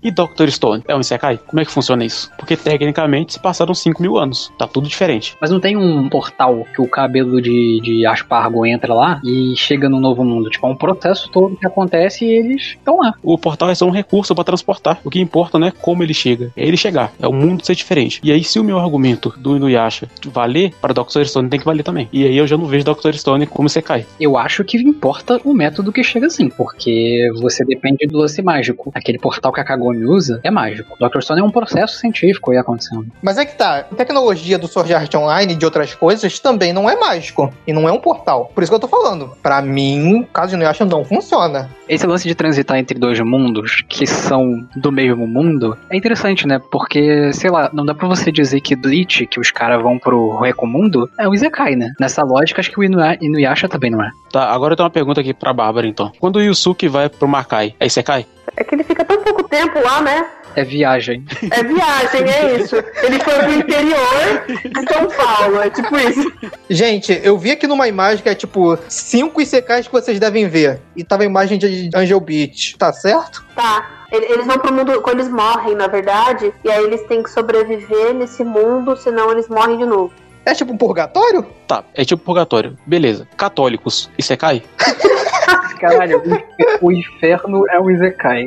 E Doctor Stone é um Isekai? Como é que funciona isso? Porque tecnicamente se passaram 5 mil anos, tá tudo diferente. Mas não tem um portal que o cabelo de, de Aspargo entra lá e chega no novo mundo. Tipo, é um processo todo que acontece e eles estão lá. O portal é só um recurso pra transportar. O que importa não é como ele chega, é ele chegar, é o mundo ser diferente. E aí, se o meu argumento do Inuyasha valer, para Doctor Stone tem que valer também. E aí eu já não vejo Doctor Stone como Isekai. Eu acho que importa o método que chega assim, porque você depende do lance mágico. Aquele portal que a Kagome usa é mágico. Doctor Stone é um processo científico aí acontecendo. Mas é que tá, a tecnologia do Sword Art Online e de outras coisas também não é mágico. E não é um portal. Por isso que eu tô falando. Pra mim, o caso de Inuyasha não funciona. Esse lance de transitar entre dois mundos que são do mesmo mundo é interessante, né? Porque, sei lá, não dá pra você dizer que Bleach, que os caras vão pro Recomundo, é um Isekai, né? Nessa lógica, acho que o Inuya- Inuyasha também não é. Tá, agora eu tenho uma pergunta aqui pra Bárbara então. Quando o Yusuke vai pro Makai, é Isekai? É que ele fica tão pouco tempo lá, né? É viagem. É viagem, é isso. Ele foi pro interior de São Paulo, é tipo isso. Gente, eu vi aqui numa imagem que é tipo 5 ICKs que vocês devem ver. E tava a imagem de Angel Beach, tá certo? Tá. Ele- Eles vão pro mundo quando eles morrem, na verdade, e aí eles têm que sobreviver nesse mundo, senão eles morrem de novo. É tipo um purgatório? Tá, é tipo purgatório. Beleza. Católicos, Isekai? Caralho, o infer- o inferno é um Isekai.